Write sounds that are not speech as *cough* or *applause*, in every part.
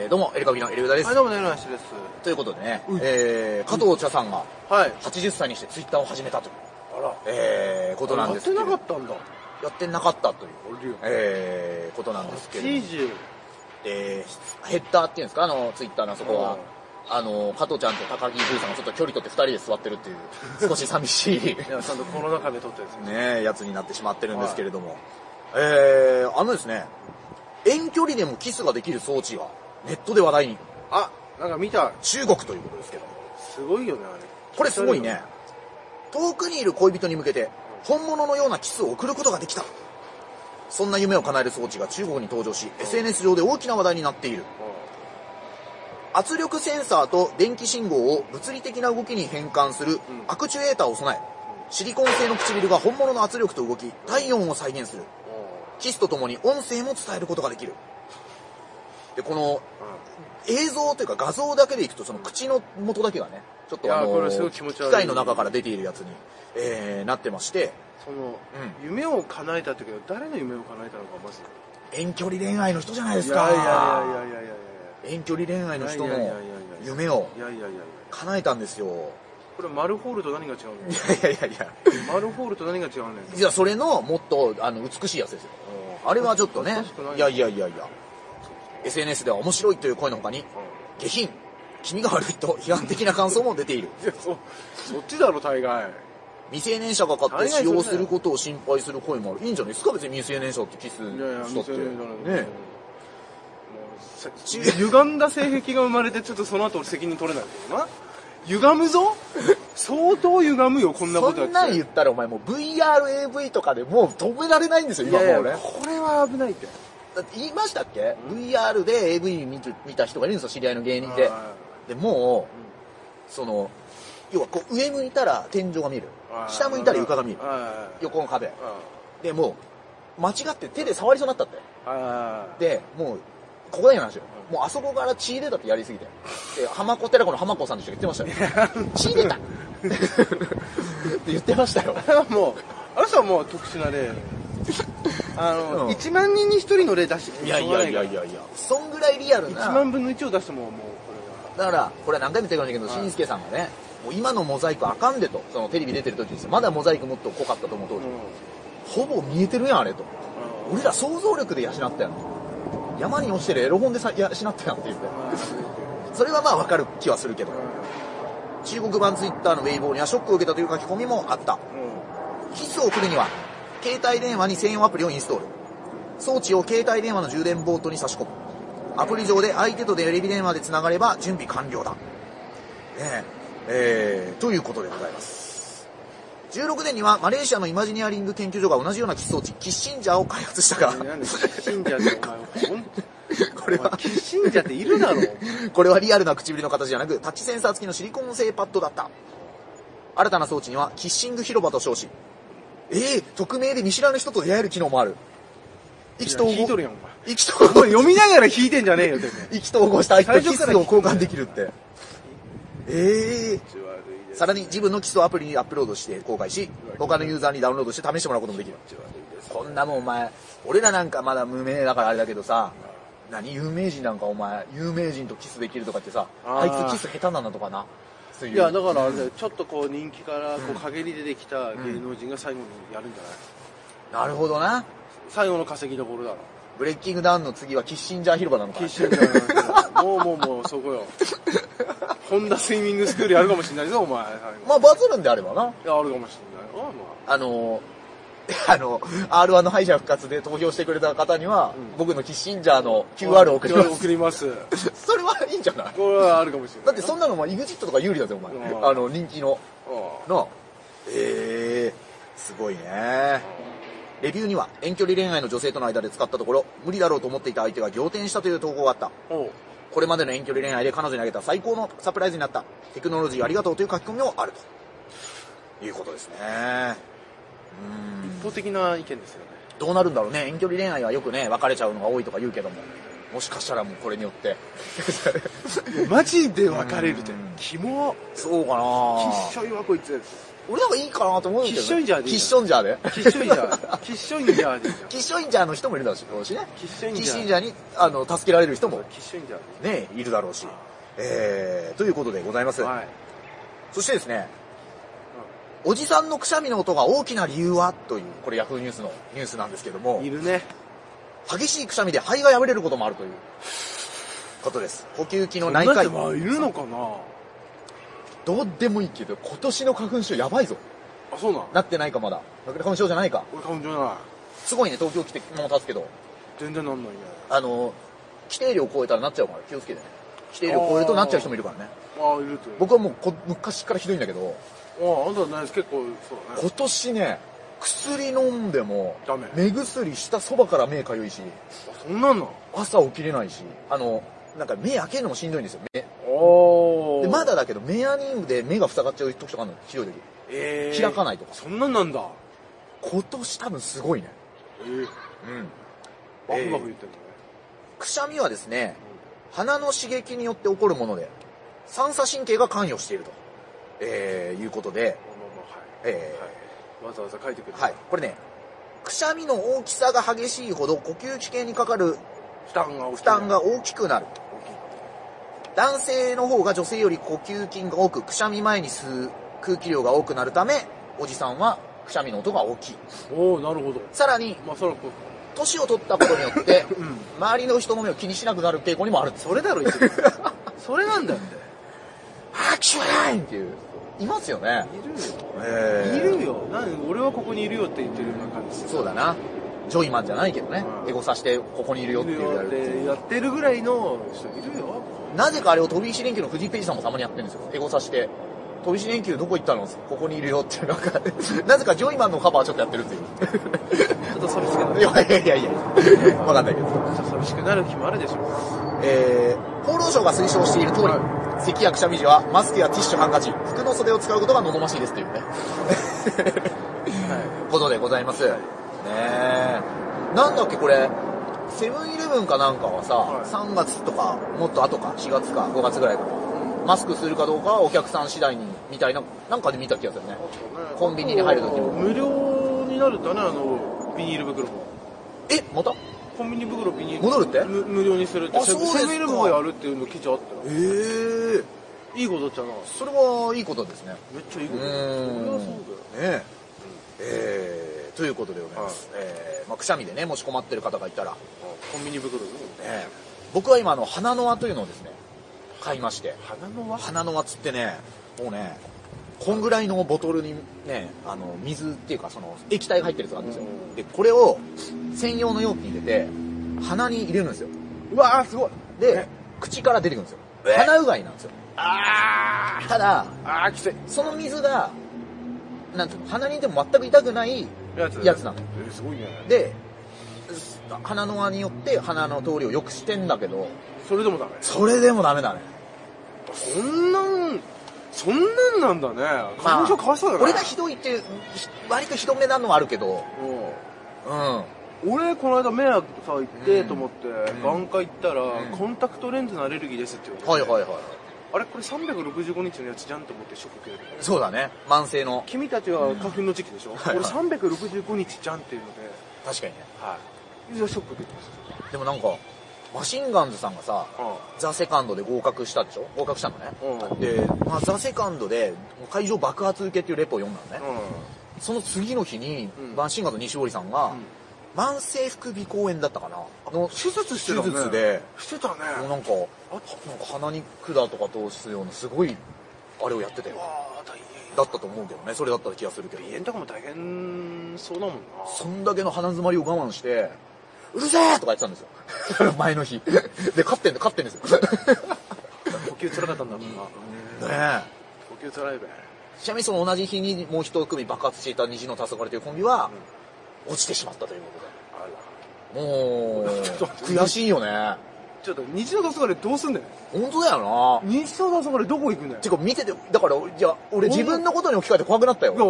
えーどうも、エルカビのエルウダですはい、。どうも、ねるなしです。ということでねうん、えー、加藤茶さんがはい。 80歳にしてツイッターを始めたという、あら、えー、ことなんですけやど、ってなかったんだ。やってなかったという、あれよ。えー、ことなんですけど、 80。えー、ヘッダーっていうんですか、あの、ツイッターのあそこは。あの、加藤ちゃんと高木優さんがちょっと距離取って二人で座ってるっていう、 *laughs* 少し寂しい *laughs* いや、ちゃんとコロナ禍で撮ったやつね。ね、やつになってしまってるんですけれども、えー、あのですね、遠距離でもキスができる装置がネットで話題に、あ、なんか見た。中国ということですけど、すごいよね、あれ。これすごいね。遠くにいる恋人に向けて、本物のようなキスを送ることができた。そんな夢を叶える装置が中国に登場し、SNS 上で大きな話題になっている。う圧力センサーと電気信号を物理的な動きに変換するアクチュエーターを備え、シリコン製の唇が本物の圧力と動き、体温を再現する。ん。うん。キスとともに音声も伝えることができる。で、この映像というか画像だけでいくとその口の元だけがねちょっいとやあーこれすごのい気持ち悪い機械の中から出ているやつに、えーなってましてその、夢を叶えたってけど、誰の夢を叶えたのか、まず。遠距離恋愛の人じゃないですいかやいやいやいやいやいや遠距離恋愛の人いやのいやいやいやいや夢をいやいやいやいや叶えたんですよこれ、丸ホールと何が違うのいやいやいやいや丸ホールと何が違うのいやそれのもっとあの美しいやつですよあれはちょっとね恥ずかしくないいやいやいやいや SNS では面白いという声の他に下品気味が悪いと批判的な感想も出ているいや、そ、そっちだろ、大概。未成年者が勝手に使用することを心配する声もある。いいんじゃないですか別に未成年者ってキスいやいや、した見っせて。るじゃないねもうせ歪んだ性癖が生まれてちょっとその後俺責任取れないけどな歪むぞ相当歪むよこんなこそとやんっなんて言ったらお前もう VRAV とかでもう止められないんですよ、い今もやいうやね。これは危ないってだって言いましたっけ ?VR で AV 見て見た人がいるんですよ、知り合いの芸人で。あで、もう、その、要はこう上向いたら天井が見えるー。下向いたら床が見える。あー横の壁。あで、もう、間違って手で触りそうになったって。ーあーで、もう、ここだけの話よ。もうあそこから血出たってやりすぎて。で、浜子寺子の浜子さんでした言ってましたよ。血出た *laughs* って言ってましたよ。あれはもうあの人はもう特殊な例あうの、ん1万人に1人の例出していやいやいやいやいや。そんぐらいリアル1な。万分の1を出してももうこだから、これは何回も言ってるかもしれないけはど、いしんすけさんがね、もう今のモザイクあかんでと、そのテレビ出てる時ですよ。まだモザイクもっと濃かったと思う当れ時は。ほぼ見えてるやん、あれと。うん俺ら想像力で養ったやんと。山に落ちてるエロ本でさ養ったやんって言って。あそれはまあわかる気はするけどー。中国版ツイッターのウェイボーにはショックを受けたという書き込みもあった。うんキスを送るには、携帯電話に専用アプリをインストール。装置を携帯電話の充電ボートに差し込む。アプリ上で相手とテレビ電話で繋がれば準備完了だ。ねえ、えー、ということでございます。16年にはマレーシアのイマジニアリング研究所が同じようなキス装置、キッシンジャーを開発したが、なんでキッシンジャーってお前、ほんこれお前はキ、ッシンジャーっているだろ。 *laughs* これはリアルな唇の形じゃなく、タッチセンサー付きのシリコン製パッドだった。新たな装置には、キッシング広場と称し、ええ匿名で見知らぬ人と出会える機能もある。意気投引いと合る、やん、お前。意気投こ合、れ読みながら引いてんじゃねえよ、てめえ。意気投合した相手とキ最初スからを交換できるって。ええさらに自分のキスをアプリにアップロードして公開し、他のユーザーにダウンロードして試してもらうこともできる。こんなもんお前、俺らなんかまだ無名だからあれだけどさ、何有名人なんかお前、有名人とキスできるとかってさ、ああーいつキス下手なんだとかな。そういいうや、だからあれだよ、ちょっとこう人気から、こう陰り出てきた芸能人が最後にやるんじゃないなるほどな。最後の稼ぎどころだろ。ブレッキングダウンの次はキッシンジャー広場なのかキなッ。シンジャーなんてもうもうもう、そこよ。ホンダスイミングスクールやるかもしんないぞ、お前。最後まあバズるんであればな。いや、あるかもしんないよ、まあ。あの、 *laughs* あの、R1 の敗者復活で投票してくれた方には、うん僕のキッシンジャーの QR を送りま QR す。送ります。それはいいんじゃないこれはあるかもしれない。だってそんなのまあ EXIT とか有利だぜお前う。んあの人気の。うなあ。ええすごいね。レビューには遠距離恋愛の女性との間で使ったところ、無理だろうと思っていた相手が仰天したという投稿があった。ん。おう。これまでの遠距離恋愛で彼女にあげた最高のサプライズになった。テクノロジーありがとうという書き込みもあると。いうことですね。うーん。一方的な意見ですよね。どうなるんだろうね。遠距離恋愛はよくね、別れちゃうのが多いとか言うけども。もしかしたらもうこれによ *laughs* って。マジで別れるじゃんうんキモそうかなきっしょいわこいつ俺なんかいいかなと思うんだけど、キッションジャーでいいキなッションジャーで。キッションジャー。キッションジャーでいいじゃん。キッションジャーの人もいるだろうしね。キッションジャーキッションジャーに、あの、助けられる人もキッションジャーでいね、いるだろうし。えー、ということでございます。い。はい。そしてですね、おじさんのくしゃみの音が大きな理由はという、これヤフーニュースのニュースなんですけどもい、るね。激しいくしゃみで肺が破れることもあるということです。呼吸器の内だっ科て医。まあいるのかなどうでもいいけど、今年の花粉症やばいぞ。あ、そうなん。なってないかまだ。花粉症じゃないか。俺花粉症ない。すごいね、東京来てもう経つけど、全然なんないね。あの、規定量超えたらなっちゃうから気をつけてね。規定量超えるとなっちゃう人もいるからね。ああ、いるという。僕はもうこ昔からひどいんだけど、ああ、あんたはないです。結構、そうだね。今年ね、薬飲んでもダメ、目薬したそばから目かゆいし、あそんなんなんあ朝起きれないし、あの、なんか目開けるのもしんどいんですよ、目。あ。で、まだだけど、メアニングで目が塞がっちゃう時とかあるの、ひどい時。えー開かないとかそんなんなんだ。今年多分すごいね。えー、うん。バフバフ言ってんだね。くしゃみはですね、鼻の刺激によって起こるもので、三叉神経が関与していると、えー、いうことで、まあまあまあ、はい。えーはい。わざわざ書いてくれはい。これね、くしゃみの大きさが激しいほど呼吸器系にかかる負担が大きい。負担が大きくなる。大きい。男性の方が女性より呼吸筋が多く、くしゃみ前に吸う空気量が多くなるため、おじさんはくしゃみの音が大きい。おおなるほど。さらに、まあ、そらこう。年を取ったことによって、 *laughs* うん。周りの人の目を気にしなくなる傾向にもあるんです。それだろ、 *laughs* 一番。それなんだって。あー、キューンっていう。いますよね。いるよ。えいるよ。なん俺はここにいるよって言ってるような感じそうだな。ジョイマンじゃないけどね。うんエゴさしてここにいるよいってるいよっうてやってるぐらいの人いるよ。なぜかあれを飛び石連休の藤井ペイジさんもたまにやってるんですよ。エゴさして。飛び石連休どこ行ったのここにいるよっていう、なんか、 *laughs* なぜかジョイマンのカバーちょっとやってるっていう。ちょっと寂しくなる。いちやいやいやいや、わかんないけど。ょっと寂しくなる日もあるでしょ。えー、厚労省が推奨している通り、咳やくしゃみ時はマスクやティッシュ、ハンカチ、服の袖を使うことが望ましいですというね、は *laughs* ことでございます。ねえ。なんだっけこれ、セブンイレブンかなんかはさ、はい3月とか、もっと後か、4月か5月ぐらいかな。マスクするかどうかはお客さん次第に、みたいな、なんかで見た気がするね。い。コンビニに入る時も無料になるとね、あの、ビニール袋も。え、またコンビニ袋ビニール戻るって無無料にするって。あそうですかセブンイレブンがやるっていうの記事あったよええ。ー、いいことじゃな。それはいいことですね。めっちゃいいうこと。それーはんそうだよ。ねええー、ということでございます。えーまあ、くしゃみでね、もし困ってる方がいたら、ねコンビニ袋ね。え僕は今、あの、花の輪というのをですね、買いまして、花の輪花の輪つってね、もうね、こんぐらいのボトルにね、あの、水っていうか、その、液体が入ってるやつがあるんですようん。で、これを、専用の容器に入れて、鼻に入れるんですよ。うわーすごいでえ、口から出てくるんですよ。え鼻うがいなんですよ。あただ、ーあーきついその水が、なんていうの、鼻にいても全く痛くないやつやつなのえーすごいねで、す鼻の輪によって鼻の通りを良くしてんだけど、それでもダメそれでもダメだね。そんなんそんなんなんだね花粉症かわいそうだね俺がひどいっていう、ひ割とひどめなのはあるけど、うん。うん俺この間目開さ行ってと思ってん眼科行ったらんコンタクトレンズのアレルギーですって言われてはいはいはい。あれこれ365日のやつじゃんと思ってショック受けるそうだね。慢性の。君たちは花粉の時期でしょはい俺はい365日じゃんっていうので確かにね。はいいやショック受けてましでもなんか、マシンガンズさんがさ、たうんザ・セカンドで合格したでしょ合格したのね。うんで、まあ、ザ・セカンドで会場爆発受けっていうレポを読んだのね。その次の日にうん、マシンガンズ西堀さんが、ん慢性副鼻腔炎だったかなの手術してたね手術で、してたねもうなんか、あっなんか鼻に管とか通すようなすごい、あれをやってたよ。わー大変だったと思うけどね、それだった気がするけど。鼻炎とかも大変そうだもんなそんだけの鼻詰まりを我慢して、うるせえとか言ってたんです *laughs* よ。前の日。で、勝ってんで、勝ってんですよ。呼吸辛かったんだもんな、ねえ。呼吸辛いべちなみにその同じ日にもう一組爆発していた虹の黄昏というコンビは、落ちてしまったということで。あら *laughs* もう、ちょっと悔しいよね。ちょっと虹の黄昏どうすんだよ本当だよな。虹の黄昏どこ行くんだよてか見てて、だから、いや、俺自分のことに置き換えて怖くなったよ。いや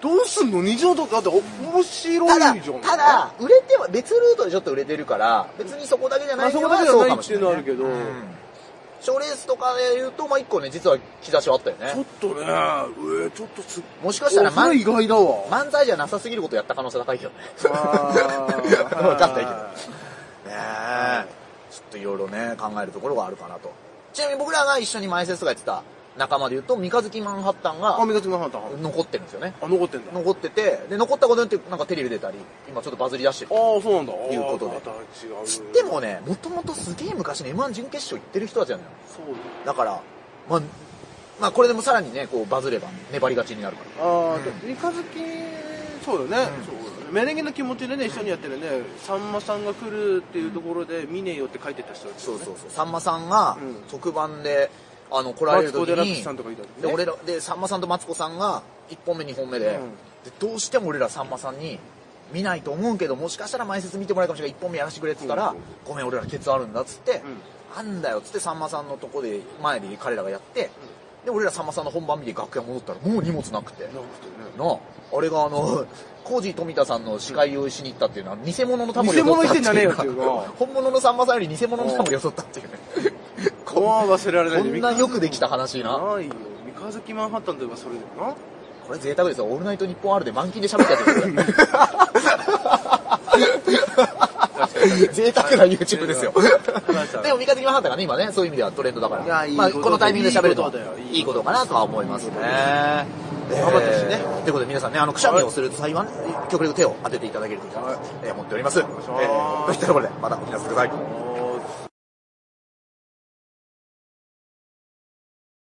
どうすんの虹の黄昏だってお面た白だ、いじゃんただ、売れては、別ルートでちょっと売れてるから、別にそこだけじゃないのはあそこだけじゃないそうかもしれないねっていうのはあるうけどん賞レースとかで言うと、まあ一個ね、実は兆しはあったよちょっね。とね、えー、ちょっとすもしかしたら、まそれ意外だわ。漫才じゃなさすぎることやった可能性高いけどね。あ *laughs* ーわかんないけど。ねえ。ちょっといろいろね、考えるところがあるかなと。ちなみに僕らが一緒に前説とかやってた仲間で言うと、三日月マンハッタンがあ、目立ちまハンター。残ってるんですよね。あ、残ってんだ。あ残ってて、で、残ったことによってなんかテレビ出たり、今ちょっとバズり出してるあ。ー、そうなんだ。いうことであーまた違う。つってもね、もともとすげえ昔の M1 準決勝行ってる人たちなのよ。そうだから、まあ、まあこれでもさらにね、こうバズれば粘りがちになるから。ああ、うん三日月、そううだね。んそうだね。メレンゲの気持ちでね、一緒にやってるね、さんまさんが来るっていうところで、見ねえよって書いてた人たち、ね。そうそうそう。さんまさんがうん特番で、あの、来らマれるツ時コ・デラックスに、さんとかいた時ね。で、俺ら、で、さんまさんとマツコさんが、1本目、2本目で、うんで、どうしても俺らさんまさんに、見ないと思うけど、もしかしたら前説見てもらえるかもしれない、1本目やらせてくれって言ったら、うんうんごめん、俺らケツあるんだっつって、あんだよっつってさんまさんのとこで、前で彼らがやって、で、俺らさんまさんの本番見て楽屋戻ったら、もう荷物なくて。なくてね。なあ、あれがあの、コージー富田さんの司会をしに行ったっていうのは、偽物のタモリを取ったっていうか偽物言ってんじゃねえよっていうか *laughs* 本物のさんまさんより偽物のタモリを取ったっていうね。こうは忘れられなこいんなよくできた話な。ないよ。三日月マンハッタンといえばそれだよな。これ贅沢ですよ。オールナイト日本あるで満金で喋ったってこと *laughs* だよ贅沢な YouTube ですよ。でも三日月マンハンターがね、今ね、そういう意味ではトレンドだから。いやいいまあ、ことこのタイミングで喋るいいこととだよいいこといいことかなとは思いますね。頑張ってほしいねえーということで皆さんね、あの、くしゃみをする際はね、極力手を当てていただけるといいかなとはいえー思っております。え願いしますーといったところで、またお聞かせください。おー